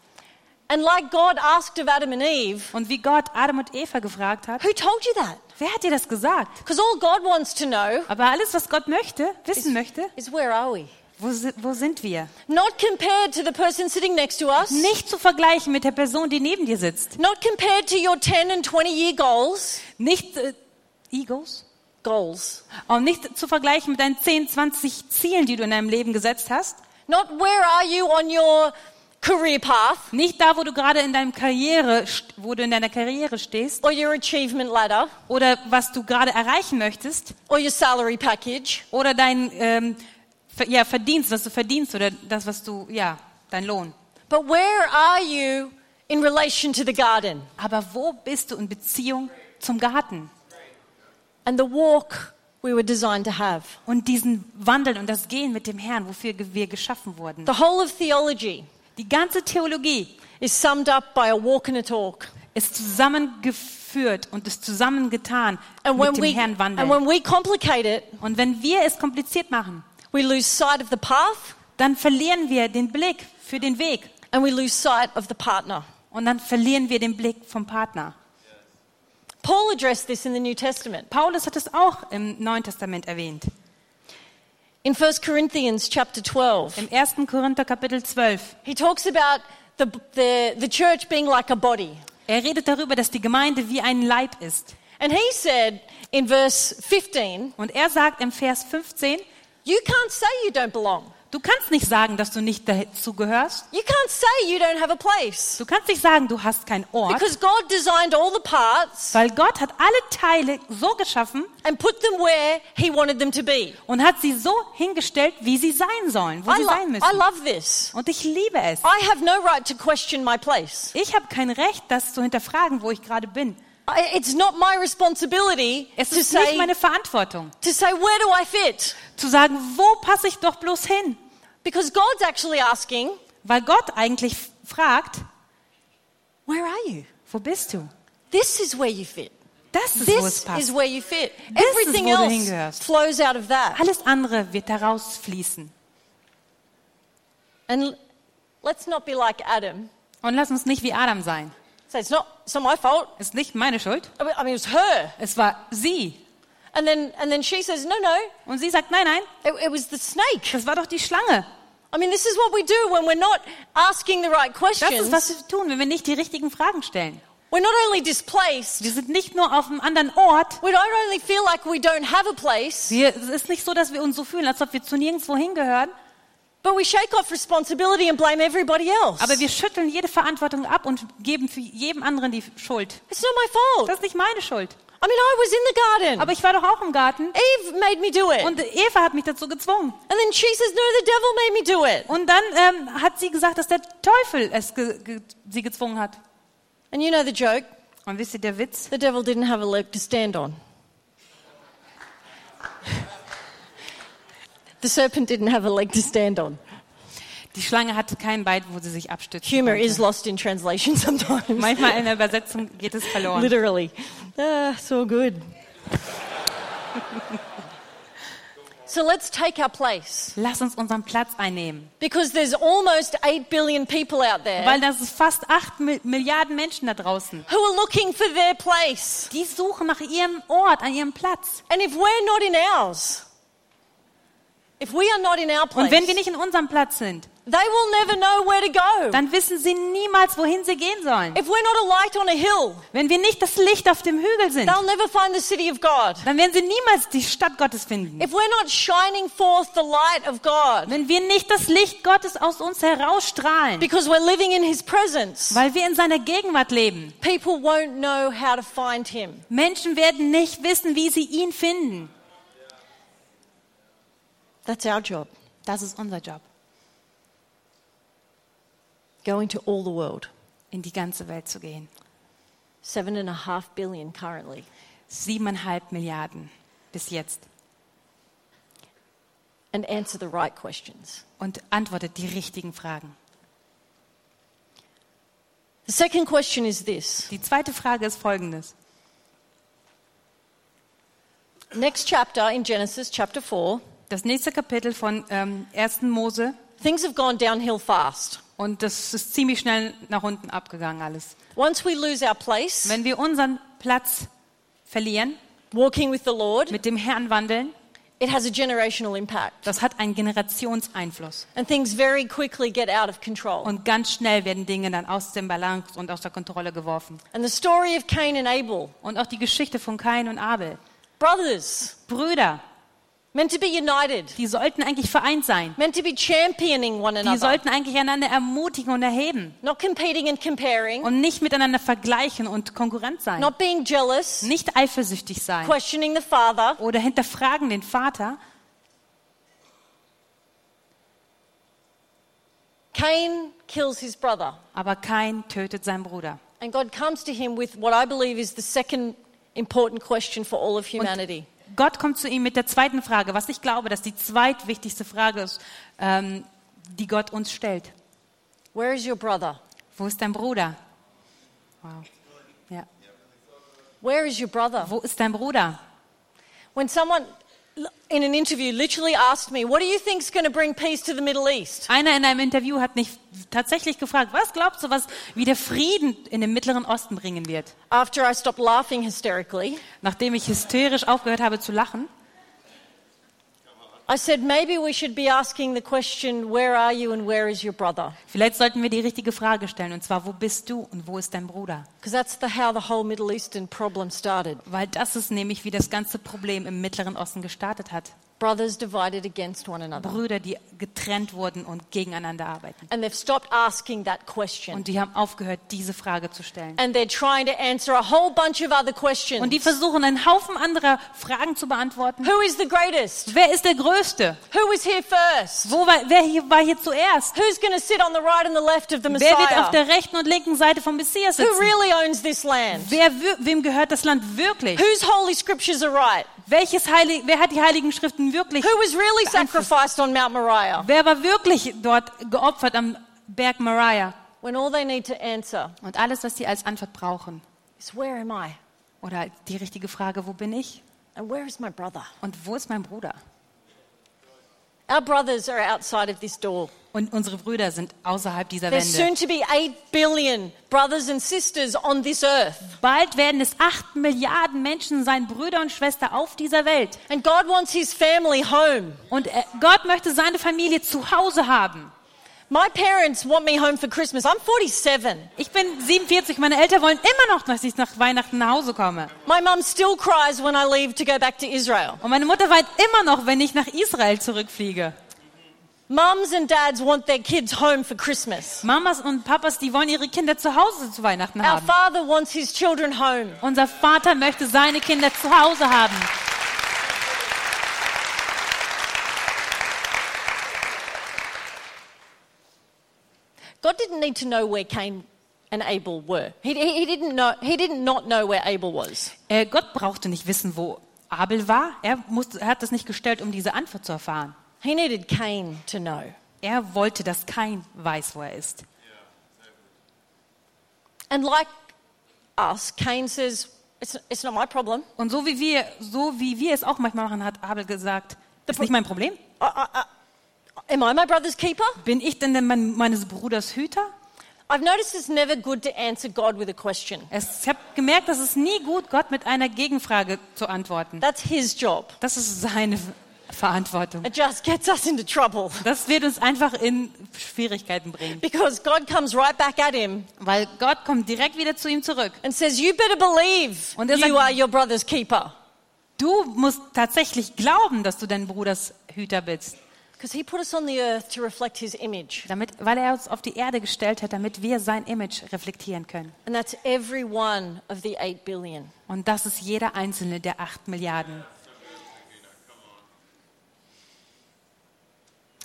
S2: And like God asked of Adam and Eve,
S3: Und wie Gott Adam und Eva gefragt hat,
S2: who told you that?
S3: wer hat dir das gesagt?
S2: Because all God wants to know
S3: Aber alles, was Gott möchte, wissen möchte,
S2: is where are we?
S3: wo, si- wo sind wir?
S2: Not compared to the person sitting next to us.
S3: Nicht zu vergleichen mit der Person, die neben dir sitzt.
S2: Not compared to your 10 and 20 year goals.
S3: Nicht äh, Egos.
S2: Goals.
S3: Und nicht zu vergleichen mit deinen 10, 20 Zielen, die du in deinem Leben gesetzt hast.
S2: Not where are you on your career path
S3: Nicht da, wo du gerade in deinem Karriere, st- wo du in deiner Karriere stehst
S2: or your achievement ladder
S3: oder was du gerade erreichen möchtest
S2: or your salary package.
S3: oder dein ähm, ver ja, Verdienst, was du verdienst oder das, was du, ja, dein Lohn.
S2: But where are you in relation to the garden
S3: Aber wo bist du in Beziehung zum Garten
S2: and the walk we were designed to have?
S3: und diesen Wandel und das Gehen mit dem Herrn, wofür ge- wir geschaffen wurden?
S2: The whole of theology
S3: Die ganze Theologie
S2: is summed up by a walk and a talk.
S3: ist zusammengeführt und ist zusammengetan
S2: And when,
S3: mit dem
S2: we,
S3: Herrn
S2: and
S3: wandeln.
S2: when we complicate it,
S3: Und wenn wir es kompliziert machen,
S2: we lose sight of the path
S3: dann verlieren wir den Blick für den Weg
S2: and we lose sight of the partner.
S3: und dann verlieren wir den Blick vom Partner.
S2: Paul addressed this in the New Testament.
S3: Paulus hat es auch im Neuen Testament erwähnt.
S2: In 1 Corinthians chapter 12,
S3: Im 1. Korinther Kapitel 12.
S2: He talks about the, the, the church being like a body.
S3: Er redet darüber, dass die Gemeinde wie ein Leib ist.
S2: And he said in verse 15,
S3: Und er sagt im Vers 15,
S2: You can't say you don't belong.
S3: du kannst nicht sagen, dass du nicht dazu gehörst.
S2: You can't say you don't have a place.
S3: Du kannst nicht sagen, du hast keinen Ort.
S2: Because God designed all the parts
S3: Weil Gott hat alle Teile so geschaffen
S2: and put them where He wanted them to be.
S3: und hat sie so hingestellt, wie sie sein sollen, wo
S2: I,
S3: sie
S2: lo-
S3: sein
S2: I
S3: müssen.
S2: love this.
S3: Und ich liebe es.
S2: I have no right to question my place.
S3: Ich habe kein Recht, das zu hinterfragen, wo ich gerade bin.
S2: I, it's not my responsibility
S3: Es
S2: to
S3: ist nicht
S2: say,
S3: meine Verantwortung,
S2: to say, Where do I fit?
S3: zu sagen, wo passe ich doch bloß hin?
S2: Because God's actually asking,
S3: Weil Gott eigentlich fragt,
S2: Where are you?
S3: wo bist du?
S2: This is where you fit.
S3: Das ist, wo es
S2: This is
S3: passt.
S2: where you fit.
S3: This is
S2: Everything
S3: wo du
S2: else
S3: hingehörst.
S2: flows out of that.
S3: Alles andere wird daraus fließen.
S2: And l- let's not be like Adam.
S3: Und lass uns nicht wie Adam sein.
S2: So it's not, it's not my fault.
S3: Ist nicht meine Schuld.
S2: I mean, I mean, it was her.
S3: Es war sie.
S2: And then, and then she says, no, no,
S3: Und sie sagt, nein, nein,
S2: it, it was the snake.
S3: das war doch die Schlange.
S2: I mean, this is what we do when we're not asking the right
S3: Das ist, was
S2: questions.
S3: wir tun, wenn wir nicht die richtigen Fragen stellen.
S2: We're not only displaced,
S3: Wir sind nicht nur auf einem anderen Ort.
S2: we don't only feel like we don't have a place,
S3: Wir, es ist nicht so, dass wir uns so fühlen, als ob wir zu nirgendwo hingehören.
S2: but we shake off responsibility and blame everybody else.
S3: Aber wir schütteln jede Verantwortung ab und geben für jeden anderen die Schuld.
S2: It's not my fault.
S3: Das ist nicht meine Schuld.
S2: I mean, I was in the garden.
S3: Aber ich war doch auch im Garten.
S2: Eve made me do it.
S3: Und Eva hat mich dazu gezwungen.
S2: And then she says, No, the devil made me do it.
S3: Und dann ähm, hat sie gesagt, dass der Teufel es ge ge sie gezwungen hat.
S2: And you know the joke
S3: Und wisst ihr, der Witz?
S2: the devil didn't have a leg to stand on. The serpent didn't have a leg to stand on.
S3: Die Schlange hatte kein Bein, wo sie sich abstützen
S2: Humor
S3: konnte.
S2: is lost in translation sometimes,
S3: Manchmal in der Übersetzung geht es verloren.
S2: literally. Ah, so good. so let's take our place
S3: Lass uns unseren Platz einnehmen.
S2: because there's almost 8 billion people out there
S3: Weil das ist fast acht Mi- Milliarden Menschen da draußen.
S2: who are looking for their place.
S3: Die suchen nach ihrem Ort, an ihrem Platz.
S2: And if we're not in ours, if we are not in our place,
S3: Und wenn wir nicht in unserem Platz sind,
S2: they will never know where to go.
S3: dann wissen sie niemals, wohin sie gehen sollen.
S2: If we're not a light on a hill,
S3: Wenn wir nicht das Licht auf dem Hügel sind,
S2: they'll never find the city of God.
S3: dann werden sie niemals die Stadt Gottes finden.
S2: If we're not shining forth the light of God
S3: Wenn wir nicht das Licht Gottes aus uns herausstrahlen,
S2: because we're living in His presence,
S3: weil wir in seiner Gegenwart leben,
S2: people won't know how to find Him.
S3: Menschen werden nicht wissen, wie sie ihn finden.
S2: That's our job,
S3: Das ist unser Job.
S2: going to all the world.
S3: In die ganze Welt zu gehen.
S2: Seven and a half billion currently.
S3: Siebeneinhalb Milliarden bis jetzt.
S2: And answer the right questions.
S3: Und antwortet die richtigen Fragen.
S2: The second question is this
S3: Die zweite Frage ist folgendes.
S2: next chapter in Genesis, chapter 4,
S3: Das nächste Kapitel von ähm, 1. Mose.
S2: things have gone downhill fast.
S3: Und das ist ziemlich schnell nach unten abgegangen alles.
S2: Once we lose our place,
S3: Wenn wir unseren Platz verlieren,
S2: walking with the Lord,
S3: mit dem Herrn wandeln,
S2: it has a generational impact.
S3: das hat einen Generationseinfluss.
S2: And things very quickly get out of control.
S3: Und ganz schnell werden Dinge dann aus dem Balance und aus der Kontrolle geworfen.
S2: And the story of Cain and Abel,
S3: Und auch die Geschichte von Kain und Abel.
S2: brothers,
S3: Brüder,
S2: meant to be united,
S3: die sollten eigentlich vereint sein.
S2: meant to be championing one
S3: Die
S2: another,
S3: sollten eigentlich einander ermutigen und erheben
S2: not competing and comparing,
S3: und nicht miteinander vergleichen und konkurrent sein.
S2: not being jealous,
S3: Nicht eifersüchtig sein
S2: questioning the father,
S3: oder hinterfragen den Vater.
S2: Cain kills his brother.
S3: Aber Kain tötet seinen Bruder.
S2: And God comes to him with what I believe is the second important question for all of humanity.
S3: Gott kommt zu ihm mit der zweiten Frage, was ich glaube, dass die zweitwichtigste Frage ist, ähm, die Gott uns stellt.
S2: Where is your brother?
S3: Wo ist dein Bruder? Wow. Ja.
S2: Where is your brother?
S3: Wo ist dein Bruder?
S2: When someone l- in an interview literally asked me, What do you think's going to bring peace to the Middle East?
S3: Einer in einem Interview hat mich tatsächlich gefragt, was glaubst du, was wieder Frieden in den Mittleren Osten bringen wird?
S2: After I stopped laughing hysterically,
S3: Nachdem ich hysterisch aufgehört habe zu lachen,
S2: I said, Maybe we should be asking the question, Where are you and where is your brother?
S3: vielleicht sollten wir die richtige Frage stellen, und zwar, wo bist du und wo ist dein Bruder?
S2: Because that's the, how the whole Middle Eastern problem started.
S3: Weil das ist nämlich, wie das ganze Problem im Mittleren Osten gestartet hat.
S2: Brothers divided against one another.
S3: Brüder, die getrennt wurden und gegeneinander arbeiten.
S2: And they've stopped asking that question.
S3: Und die haben aufgehört, diese Frage zu stellen.
S2: And they're trying to answer a whole bunch of other
S3: Und die
S2: questions.
S3: versuchen, einen Haufen anderer Fragen zu beantworten.
S2: Who is the greatest?
S3: Wer ist der Größte?
S2: Who was here first?
S3: Wo war, wer hier, war hier zuerst?
S2: Who's going to sit on the right and the left of the
S3: Wer wird
S2: Messiah?
S3: auf der rechten und linken Seite vom Messias
S2: Who
S3: sitzen?
S2: really owns this land?
S3: Wer, wir- wem gehört das Land wirklich?
S2: Whose holy scriptures are right?
S3: Welches Heilig, wer hat die Heiligen Schriften wirklich?
S2: Who was really
S3: Beeinflusst.
S2: sacrificed on Mount Moriah?
S3: Wer war wirklich dort geopfert am Berg Moriah?
S2: When all they need to answer
S3: Und alles, was sie als Antwort brauchen.
S2: is where am I?
S3: Oder die richtige Frage, wo bin ich?
S2: And where is my brother?
S3: Und wo ist mein Bruder?
S2: Our brothers are outside of this door.
S3: Und unsere Brüder sind außerhalb dieser
S2: There's
S3: Wände.
S2: soon to be 8 billion brothers and sisters on this earth.
S3: Bald werden es acht Milliarden Menschen sein, Brüder und Schwestern auf dieser Welt.
S2: And God wants his family home.
S3: Und äh, Gott möchte seine Familie zu Hause haben.
S2: My parents want me home for Christmas. I'm 47.
S3: Ich bin 47, meine Eltern wollen immer noch, dass ich nach Weihnachten nach Hause komme.
S2: My mum still cries when I leave to go back to Israel.
S3: Und meine Mutter weint immer noch, wenn ich nach Israel zurückfliege.
S2: Mums and dads want their kids home for Christmas.
S3: Mamas und Papas, die wollen ihre Kinder zu Hause zu Weihnachten
S2: Our
S3: haben.
S2: father wants his children home.
S3: Unser Vater möchte seine Kinder zu Hause haben.
S2: God didn't need to know where Cain and Abel were. He, he, he didn't know. He didn't not know where Abel was.
S3: Äh, Gott brauchte nicht wissen, wo Abel war. Er, musste, er hat das nicht gestellt, um diese Antwort zu erfahren.
S2: He needed Cain to know.
S3: Er wollte, dass kein weiß, wo er ist.
S2: And like us, Cain says, it's, it's not my problem.
S3: Und so wie wir, so wie wir es auch manchmal machen, hat Abel gesagt, das ist nicht mein Problem.
S2: Am I my brother's keeper?
S3: Bin ich denn, denn mein, meines Bruders Hüter?
S2: I've noticed it's never good to answer God with a question.
S3: Es, ich habe gemerkt, dass es nie gut, Gott mit einer Gegenfrage zu antworten.
S2: That's his job.
S3: Das ist seine Verantwortung.
S2: It just gets us into trouble
S3: Das wird uns einfach in Schwierigkeiten bringen,
S2: because God comes right back at him
S3: weil Gott kommt direkt wieder zu ihm zurück.
S2: and says, You better believe
S3: Und er sagt-
S2: you are your brother's keeper.
S3: Du musst tatsächlich glauben, dass du dein Bruders Hüter bist,
S2: Because he put us on the earth to reflect his image.
S3: damit, weil er uns auf die Erde gestellt hat, damit wir sein Image reflektieren können.
S2: And that's every one of the eight billion.
S3: Und das ist jeder einzelne der acht Milliarden.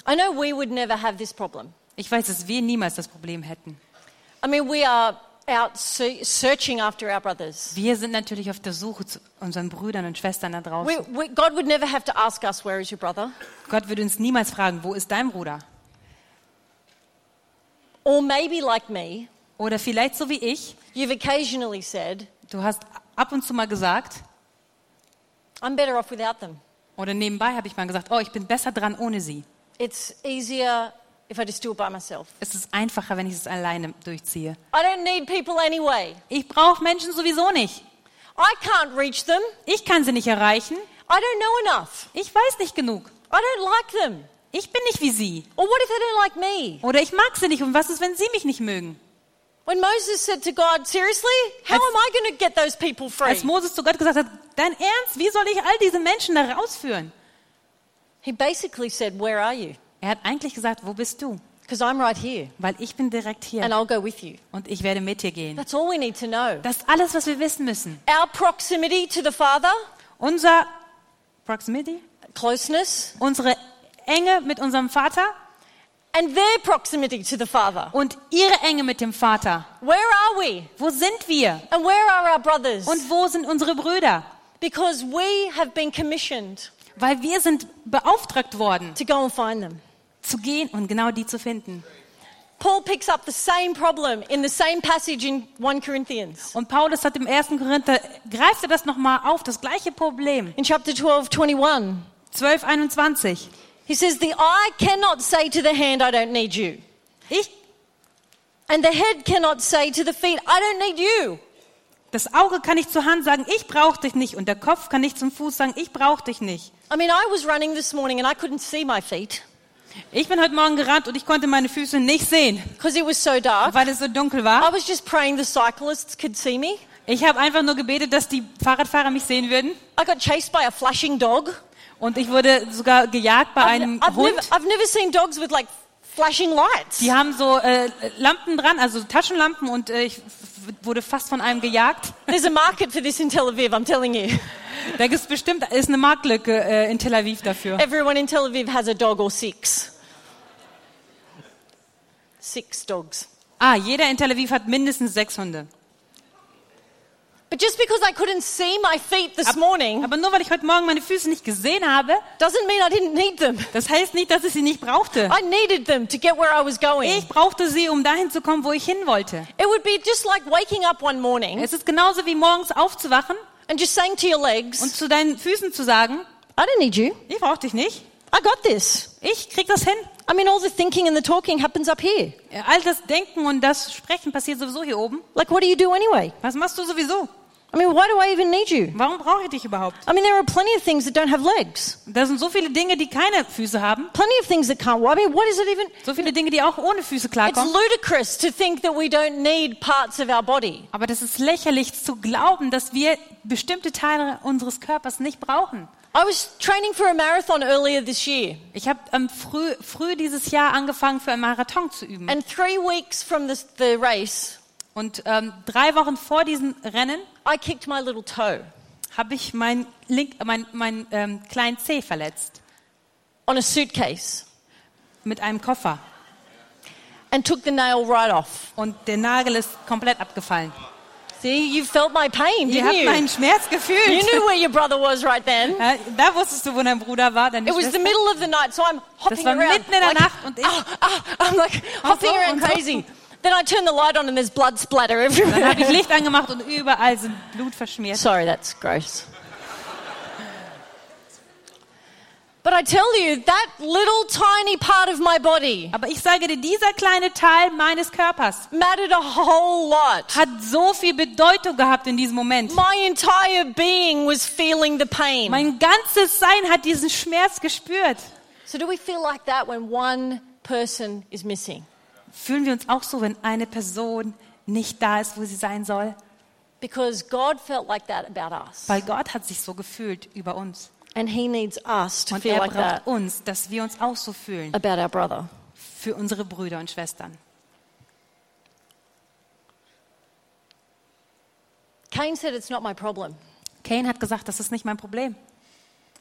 S2: I know we would never have this problem.
S3: Ich weiß, dass wir niemals das Problem hätten.
S2: I mean, we are out se- searching after our brothers.
S3: Wir sind natürlich auf der Suche zu unseren Brüdern und Schwestern da draußen.
S2: We, we, God would never have to ask us, Where is your brother?
S3: Gott würde uns niemals fragen, wo ist dein Bruder?
S2: Or maybe, like me,
S3: Oder vielleicht so wie ich,
S2: you've occasionally said,
S3: du hast ab und zu mal gesagt,
S2: I'm better off without them.
S3: oder nebenbei habe ich mal gesagt, oh, ich bin besser dran ohne sie.
S2: It's easier if I just do it by myself.
S3: Es ist einfacher, wenn ich es alleine durchziehe.
S2: I don't need people anyway.
S3: Ich brauche Menschen sowieso nicht.
S2: I can't reach them.
S3: Ich kann sie nicht erreichen.
S2: I don't know enough.
S3: Ich weiß nicht genug.
S2: I don't like them.
S3: Ich bin nicht wie sie.
S2: Or what if they don't like me?
S3: Oder ich mag sie nicht. Und was ist, wenn sie mich nicht mögen?
S2: When Moses said to God, Seriously, how
S3: Als-
S2: am I going to get those people free?
S3: Als Moses zu Gott gesagt hat, dein Ernst, wie soll ich all diese Menschen da rausführen?
S2: He basically said, Where are you?
S3: Er hat eigentlich gesagt, wo bist du?
S2: Because I'm right here
S3: Weil ich bin
S2: and
S3: direkt hier
S2: I'll go with you.
S3: und ich werde mit dir gehen.
S2: That's all we need to know.
S3: Das ist alles, was wir wissen müssen.
S2: Our proximity to the Father,
S3: Unser Proximity,
S2: closeness,
S3: unsere Enge mit unserem Vater
S2: and their proximity to the Father.
S3: und ihre Enge mit dem Vater.
S2: Where are we?
S3: Wo sind wir?
S2: And where are our brothers?
S3: Und wo sind unsere Brüder?
S2: Because we have been commissioned
S3: Weil wir sind beauftragt worden,
S2: to go and find them.
S3: zu gehen und genau die zu finden.
S2: Paul picks up the same problem in the same passage in 1 Corinthians.
S3: Und Paulus hat im 1. Korinther, greift er das nochmal auf, das gleiche Problem.
S2: In chapter 12, 21,
S3: 12, 21.
S2: he says, The eye cannot say to the hand, I don't need you.
S3: Ich,
S2: And the head cannot say to the feet, I don't need you.
S3: das Auge kann nicht zur Hand sagen, ich brauche dich nicht. Und der Kopf kann nicht zum Fuß sagen, ich brauche dich nicht.
S2: I mean, I was running this morning and I couldn't see my feet
S3: Ich bin heute Morgen gerannt und ich konnte meine Füße nicht sehen,
S2: because it was so dark.
S3: weil es so dunkel
S2: I
S3: war.
S2: was just praying the cyclists could see me.
S3: Ich habe einfach nur gebetet, dass die Fahrradfahrer mich sehen würden.
S2: I got chased by a flashing dog.
S3: Und ich wurde sogar gejagt bei
S2: I've,
S3: einem
S2: I've
S3: Hund.
S2: never, I've never seen dogs with like flashing lights.
S3: Die haben so äh, Lampen dran, also Taschenlampen und äh, ich f- f- wurde fast von einem gejagt.
S2: There's a market for this in Tel Aviv, I'm telling you.
S3: Da gibt's bestimmt, ist eine Marktlücke äh, in Tel Aviv dafür.
S2: Everyone in Tel Aviv has a dog or six. Six dogs.
S3: Ah, jeder in Tel Aviv hat mindestens sechs Hunde.
S2: But just because I couldn't see my feet this morning
S3: Aber nur weil ich heute Morgen meine Füße nicht gesehen habe,
S2: doesn't mean I didn't need them.
S3: das heißt nicht, dass ich sie nicht brauchte.
S2: I needed them to get where I was going.
S3: Ich brauchte sie, um dahin zu kommen, wo ich hin wollte.
S2: It would be just like waking up one morning
S3: Es ist genauso wie morgens aufzuwachen
S2: and just saying to your
S3: und
S2: legs,
S3: zu deinen Füßen zu sagen,
S2: I don't need you.
S3: ich brauche dich nicht,
S2: I got this.
S3: ich krieg das hin.
S2: I mean, all the thinking and the talking happens up here.
S3: All das Denken und das Sprechen passiert sowieso hier oben.
S2: Like, what do you do anyway?
S3: Was machst du sowieso?
S2: I mean, why do I even need you?
S3: Warum brauche ich dich überhaupt?
S2: I mean, there are plenty of things that don't have legs,
S3: Da sind so viele Dinge, die keine Füße haben,
S2: plenty of things that can't walk. I mean, what is it even?
S3: so viele Dinge, die auch ohne Füße
S2: It's
S3: klarkommen.
S2: ludicrous to think that we don't need parts of our body.
S3: Aber das ist lächerlich zu glauben, dass wir bestimmte Teile unseres Körpers nicht brauchen.
S2: I was training for a marathon earlier this year,
S3: Ich habe ähm, früh, früh dieses Jahr angefangen, für einen Marathon zu üben.
S2: and three weeks from the, the race,
S3: Und ähm, drei Wochen vor diesem Rennen
S2: I kicked my little toe
S3: habe ich meinen link, äh, mein, mein, ähm, kleinen Zeh verletzt
S2: on a suitcase
S3: mit einem Koffer.
S2: and took the nail right off.
S3: Und der Nagel ist komplett abgefallen.
S2: See, you felt my pain,
S3: Ihr
S2: didn't
S3: habt meinen
S2: you?
S3: Schmerz gefühlt.
S2: You knew where your brother was right then.
S3: Ja, da wusstest du, wo dein Bruder war, deine
S2: It was the
S3: Schwester.
S2: middle of the night, so I'm
S3: Das
S2: hopping
S3: war
S2: around.
S3: mitten in der
S2: like,
S3: Nacht und ich,
S2: ah, ah, I'm like hopping
S3: so,
S2: around
S3: und so.
S2: crazy. Then I turn the light on and there's blood splatter
S3: dann habe ich
S2: everywhere.
S3: Licht angemacht und überall sind Blut verschmiert.
S2: Sorry, that's gross. But I tell you, that little tiny part of my body
S3: Aber ich sage dir, dieser kleine Teil meines Körpers
S2: mattered a whole lot.
S3: hat so viel Bedeutung gehabt in diesem Moment.
S2: My entire being was feeling the pain.
S3: Mein ganzes Sein hat diesen Schmerz gespürt.
S2: So, do we feel like that when one person is missing?
S3: Fühlen wir uns auch so, wenn eine Person nicht da ist, wo sie sein soll?
S2: Because God felt like that about us.
S3: Weil Gott hat sich so gefühlt über uns.
S2: And He needs us to
S3: Und
S2: feel
S3: er
S2: like that Äh.
S3: braucht uns, dass wir uns auch so fühlen
S2: about our brother.
S3: für unsere Brüder und Schwestern.
S2: Cain said, It's not my problem.
S3: Cain hat gesagt, das ist nicht mein Problem.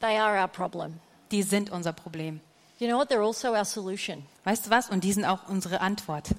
S2: They are our problem.
S3: Die sind unser Problem.
S2: You know what? They're also our solution.
S3: Weißt du was? Und die sind auch unsere Antwort,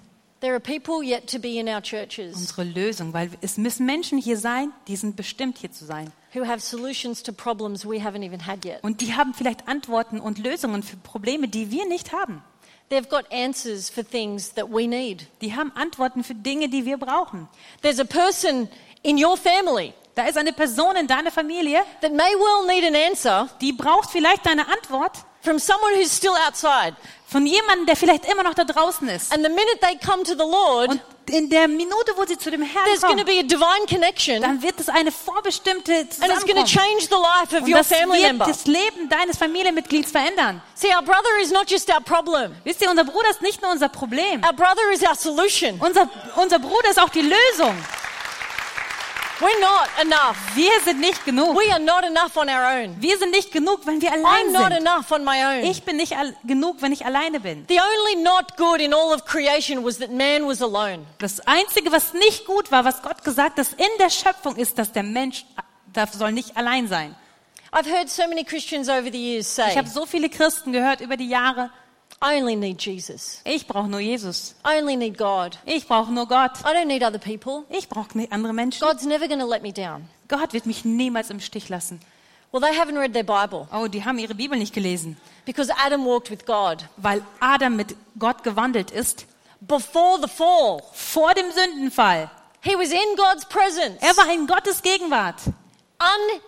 S2: There are people yet to be in our churches
S3: unsere Lösung, weil es müssen Menschen hier sein, die sind bestimmt hier zu sein.
S2: who have solutions to problems we haven't even had yet.
S3: Und die haben vielleicht Antworten und Lösungen für Probleme, die wir nicht haben.
S2: They've got answers for things that we need.
S3: Die haben Antworten für Dinge, die wir brauchen.
S2: There's a person in your family
S3: Da ist eine Person in deiner Familie,
S2: that may well need an answer
S3: die braucht vielleicht deine Antwort
S2: from someone who's still outside.
S3: von jemandem, der vielleicht immer noch da draußen ist.
S2: And the minute they come to the Lord,
S3: Und in der Minute, wo sie zu dem Herrn
S2: there's going to
S3: kommen,
S2: be a divine connection and
S3: dann wird es eine vorbestimmte
S2: it's going to
S3: Zusammenkunft.
S2: change the life of
S3: Und
S2: your
S3: das
S2: family
S3: wird
S2: member.
S3: das Leben deines Familienmitglieds verändern.
S2: See, our brother is not just our problem.
S3: Wisst ihr, unser Bruder ist nicht nur unser Problem.
S2: Our brother is our solution.
S3: Unser, unser Bruder ist auch die Lösung.
S2: We're not enough.
S3: Wir sind nicht genug.
S2: We are not enough on our own.
S3: Wir sind nicht genug, wenn wir
S2: I'm not
S3: allein sind.
S2: enough on my own.
S3: Ich bin nicht al- genug, wenn ich alleine bin.
S2: The only not good in all of creation was that man was alone.
S3: Das Einzige, was nicht gut war, was Gott gesagt hat, in der Schöpfung ist, dass der Mensch darf, soll nicht allein sein.
S2: I've heard so many Christians over the years
S3: Ich
S2: say,
S3: habe so viele Christen gehört über die Jahre,
S2: I only need Jesus.
S3: ich brauche nur Jesus.
S2: I only need God.
S3: Ich brauche nur Gott.
S2: I don't need other people.
S3: Ich brauche nicht andere Menschen.
S2: God's never going to let me down.
S3: Gott wird mich niemals im Stich lassen.
S2: Well, they haven't read their Bible
S3: Oh, die haben ihre Bibel nicht gelesen,
S2: because Adam walked with God.
S3: weil Adam mit Gott gewandelt ist.
S2: Before the fall,
S3: Vor dem Sündenfall.
S2: he was in God's presence,
S3: Er war in Gottes Gegenwart.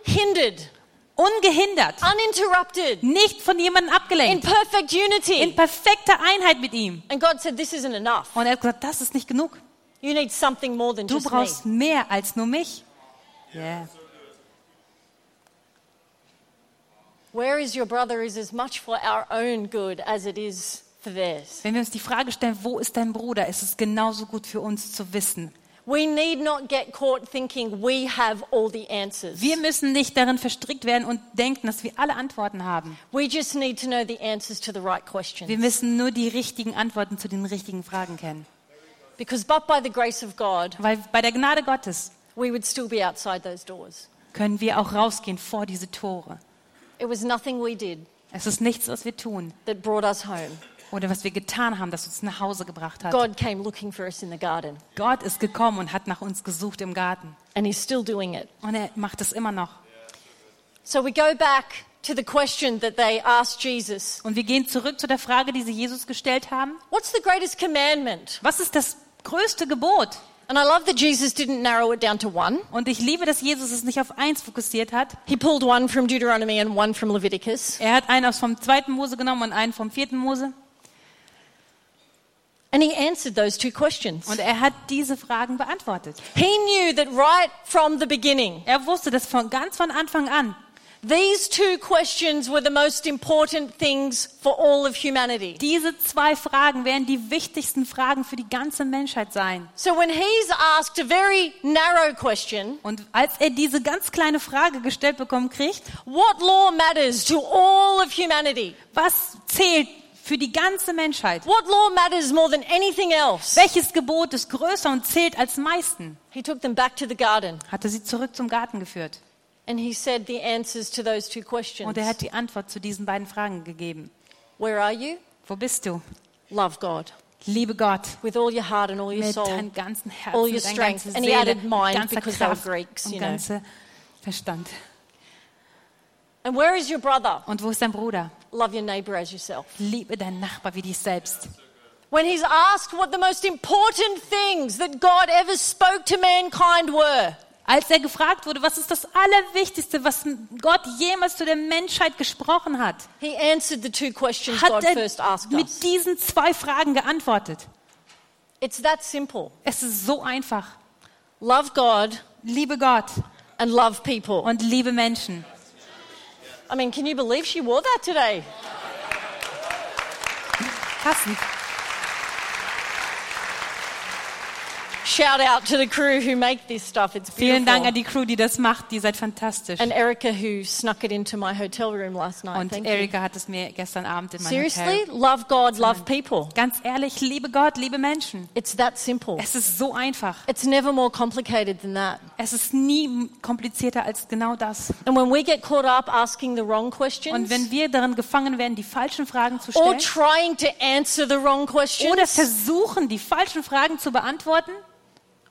S2: unhindered,
S3: Ungehindert.
S2: uninterrupted,
S3: Nicht von jemandem
S2: in
S3: abgelenkt.
S2: perfect
S3: In
S2: unity.
S3: perfekter Einheit mit ihm.
S2: And God said, This isn't enough.
S3: Und er hat gesagt, das ist nicht genug.
S2: You need something more than
S3: Du
S2: just me.
S3: brauchst mehr als nur mich. Yeah.
S2: Where is your brother is as much for our own good as it is for theirs.
S3: Wenn wir uns die Frage stellen, wo ist dein Bruder, ist es genauso gut für uns zu wissen.
S2: We need not get caught thinking we have all the answers.
S3: Wir müssen nicht darin verstrickt werden und denken, dass wir alle Antworten haben.
S2: We just need to know the answers to the right
S3: Wir
S2: questions.
S3: müssen nur die richtigen Antworten zu den richtigen Fragen kennen.
S2: Because but by the grace of God,
S3: Weil bei der Gnade Gottes
S2: we would still be outside those doors.
S3: können wir auch rausgehen vor diese Tore.
S2: It was nothing we did
S3: Es ist nichts, was wir tun
S2: that brought us home.
S3: oder was wir getan haben, das uns nach Hause gebracht hat.
S2: God came looking for us in the garden,
S3: Gott ist gekommen und hat nach uns gesucht im Garten.
S2: and He's still doing it.
S3: Und er macht es immer noch.
S2: So we go back to the question that they asked Jesus
S3: Und wir gehen zurück zu der Frage, die sie Jesus gestellt haben.
S2: What's the greatest commandment?
S3: Was ist das größte Gebot?
S2: And I love that Jesus didn't narrow it down to one.
S3: Und ich liebe, dass Jesus es nicht auf eins fokussiert hat.
S2: He pulled one from Deuteronomy and one from Leviticus.
S3: Er hat einen aus vom zweiten Mose genommen und einen vom vierten Mose.
S2: And he answered those two questions.
S3: Und er hat diese Fragen beantwortet.
S2: He knew that right from the beginning,
S3: Er wusste das von ganz von Anfang an.
S2: these two questions were the most important things for all of humanity.
S3: Diese zwei Fragen werden die wichtigsten Fragen für die ganze Menschheit sein.
S2: So when he's asked a very narrow question,
S3: Und als er diese ganz kleine Frage gestellt bekommen kriegt,
S2: what law matters to all of humanity?
S3: was zählt für die ganze Menschheit?
S2: What law matters more than anything else?
S3: Welches Gebot ist größer und zählt als meisten?
S2: He took them back to the garden
S3: Hat er sie zurück zum Garten geführt.
S2: and he said the answers to those two questions.
S3: Und er hat die Antwort zu diesen beiden Fragen gegeben.
S2: Where are you?
S3: Wo bist du?
S2: Love God.
S3: Liebe Gott
S2: with all your heart and all your
S3: mit
S2: soul.
S3: deinem ganzen Herzen,
S2: all your
S3: deiner
S2: strength.
S3: ganzen
S2: And he
S3: Seele,
S2: added mind
S3: ganzer
S2: because they were
S3: Kraft
S2: Greeks, you
S3: und
S2: know.
S3: ganzer Verstand.
S2: And where is your brother?
S3: Und wo ist dein Bruder?
S2: Love your neighbor as yourself.
S3: Liebe deinen Nachbar wie dich selbst.
S2: When he's asked what the most important things that God ever spoke to mankind were,
S3: Als er gefragt wurde, was ist das Allerwichtigste, was Gott jemals zu der Menschheit gesprochen hat,
S2: he answered the two questions
S3: hat
S2: God
S3: er
S2: first asked us.
S3: mit diesen zwei Fragen geantwortet.
S2: It's that simple.
S3: Es ist so einfach.
S2: Love God
S3: Liebe Gott
S2: and love people.
S3: und liebe Menschen.
S2: I mean, can you believe she wore that today?
S3: Passend.
S2: Shout out to the crew who make this stuff. It's
S3: Vielen Dank
S2: beautiful.
S3: an die Crew, die das macht. Die seid fantastisch.
S2: And Erica, who snuck it into my hotel room last night.
S3: Und
S2: Thank you.
S3: Erika hat es mir gestern Abend in meinem
S2: Seriously,
S3: Hotel.
S2: love God, love people.
S3: Ganz ehrlich, liebe Gott, liebe Menschen.
S2: It's that simple.
S3: Es ist so einfach.
S2: It's never more complicated than that.
S3: Es ist nie komplizierter als genau das.
S2: And when we get caught up asking the wrong
S3: Und wenn
S2: questions
S3: wir darin gefangen werden, die falschen Fragen zu
S2: or
S3: stellen
S2: trying to answer the wrong
S3: oder
S2: questions,
S3: versuchen, die falschen Fragen zu beantworten,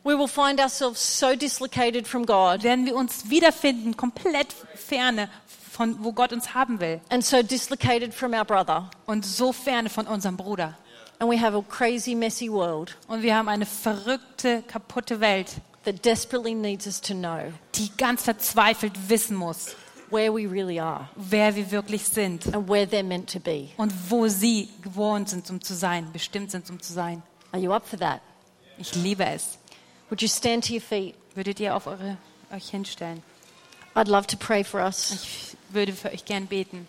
S2: we will find ourselves so dislocated from God
S3: werden wir uns wiederfinden, komplett ferne von wo Gott uns haben will
S2: and so dislocated from our brother.
S3: und so ferne von unserem Bruder.
S2: And we have a crazy, messy world
S3: Und wir haben eine verrückte, kaputte Welt,
S2: that desperately needs us to know
S3: die ganz verzweifelt wissen muss,
S2: where we really are
S3: wer wir wirklich sind.
S2: and where they're meant to be.
S3: und wo sie gewohnt sind, um zu sein, bestimmt sind, um zu sein.
S2: Are you up for that?
S3: Ich liebe es.
S2: Would you stand to your feet?
S3: Würdet ihr auf eure, euch hinstellen?
S2: I'd love to pray for us.
S3: Ich würde für euch gern beten.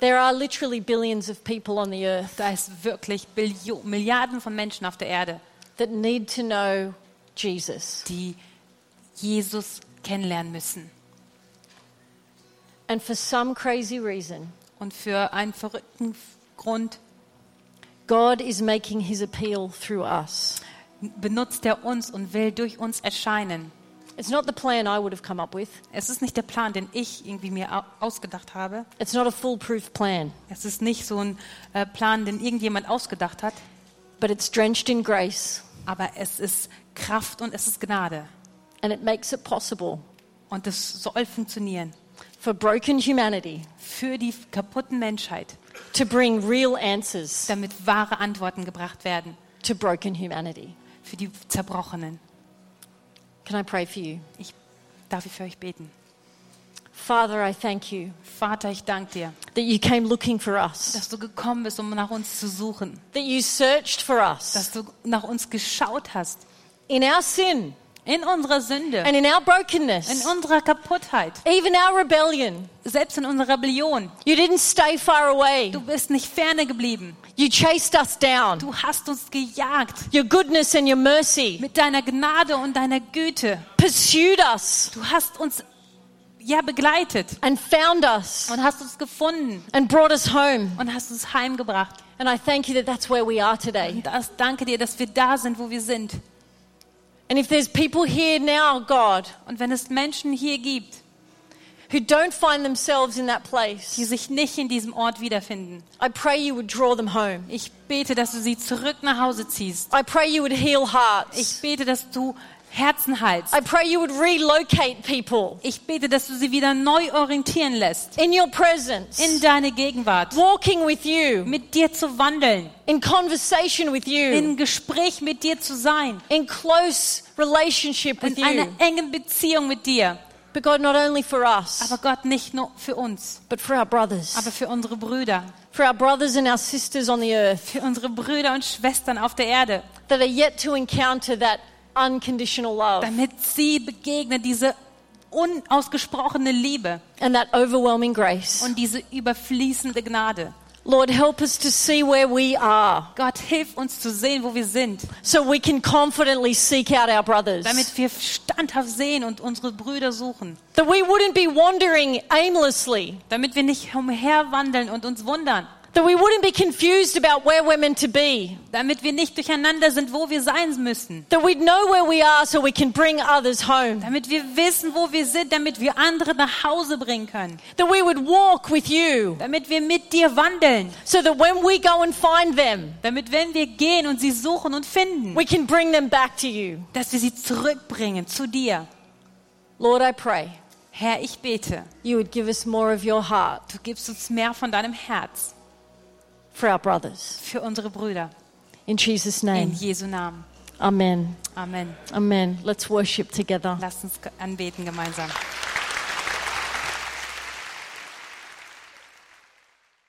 S2: There are literally billions of people on the earth
S3: Da ist wirklich Billio Milliarden von Menschen auf der Erde,
S2: that need to know Jesus.
S3: die Jesus kennenlernen müssen.
S2: And for some crazy reason,
S3: Und für einen verrückten Grund
S2: God is making his appeal through us.
S3: benutzt er uns und will durch uns erscheinen.
S2: It's not the plan I would have come up with,
S3: Es ist nicht der Plan, den ich irgendwie mir au- ausgedacht habe.
S2: it's not a foolproof plan,
S3: Es ist nicht so ein äh, Plan, den irgendjemand ausgedacht hat.
S2: but it's drenched in grace
S3: Aber es ist Kraft und es ist Gnade.
S2: and it makes it possible
S3: Und das soll funktionieren.
S2: for broken humanity
S3: Für die kaputten Menschheit,
S2: to bring real answers
S3: damit wahre Antworten gebracht werden.
S2: to broken humanity.
S3: Für die Zerbrochenen.
S2: Can I pray for you?
S3: Ich darf ich für euch beten.
S2: Father, I thank you
S3: Vater, ich danke dir,
S2: that you came looking for us,
S3: dass du gekommen bist, um nach uns zu suchen.
S2: that you searched for us
S3: Dass du nach uns geschaut hast.
S2: in our sin
S3: In unserer Sünde,
S2: and in our
S3: in
S2: brokenness,
S3: unserer Kaputtheit,
S2: even our rebellion.
S3: selbst in unserer Rebellion.
S2: You didn't stay far away.
S3: Du bist nicht ferne geblieben.
S2: You chased us down.
S3: Du hast uns gejagt.
S2: Your goodness and your mercy
S3: Mit deiner Gnade und deiner Güte.
S2: pursued us
S3: Du hast uns ja begleitet
S2: and found us
S3: und hast uns gefunden.
S2: and brought us home.
S3: und hast uns heimgebracht.
S2: And I thank you that that's where we are today.
S3: Und das, danke dir, dass wir da sind, wo wir sind.
S2: And if there's people here now, God,
S3: Und wenn es Menschen hier gibt,
S2: who don't find themselves in that
S3: die
S2: place,
S3: sich nicht in diesem Ort wiederfinden,
S2: I pray you would draw them home.
S3: ich bete, dass du sie zurück nach Hause ziehst.
S2: I pray you would heal
S3: Ich
S2: hearts.
S3: bete, dass du Herzen heilst.
S2: I pray you would relocate people
S3: Ich bete, dass du sie wieder neu orientieren lässt.
S2: in your
S3: In
S2: presence,
S3: deine Gegenwart.
S2: walking with you,
S3: Mit dir zu wandeln.
S2: in conversation with you,
S3: In Gespräch mit dir zu sein.
S2: in close relationship with
S3: In einer
S2: you.
S3: engen Beziehung mit dir.
S2: But God, not only for us,
S3: Aber Gott, nicht nur für uns,
S2: but for our
S3: aber
S2: brothers,
S3: für unsere Brüder.
S2: for our brothers and our sisters on the earth
S3: Für unsere Brüder und Schwestern auf der Erde.
S2: that are yet to encounter that unconditional love
S3: damit sie begegnen diese unausgesprochene Liebe
S2: and that overwhelming grace.
S3: und diese überfließende Gnade.
S2: Lord, help us to see where we are
S3: Gott, hilf uns zu sehen, wo wir sind,
S2: so we can confidently seek out our brothers,
S3: damit wir standhaft sehen und unsere Brüder suchen,
S2: that we wouldn't be wandering aimlessly,
S3: damit wir nicht umherwandeln und uns wundern,
S2: That we wouldn't be confused about where we're meant to be.
S3: damit wir nicht durcheinander sind, wo wir sein müssen,
S2: That we'd know where we are so we can bring others home.
S3: damit wir wissen, wo wir sind, damit wir andere nach Hause bringen können,
S2: That we would walk with you
S3: damit wir mit dir wandeln,
S2: so that when we go and find them,
S3: damit wenn wir gehen und sie suchen und finden,
S2: we can bring them back to you.
S3: dass wir sie zurückbringen zu dir.
S2: Lord, I pray
S3: Herr, ich bete,
S2: you would give us more of your heart
S3: du gibst uns mehr von deinem Herz
S2: for our brothers.
S3: für unsere Brüder.
S2: In Jesus'
S3: In
S2: name.
S3: Jesu Namen.
S2: Amen.
S3: Amen.
S2: Amen. Let's worship together.
S3: Lasst uns anbeten gemeinsam.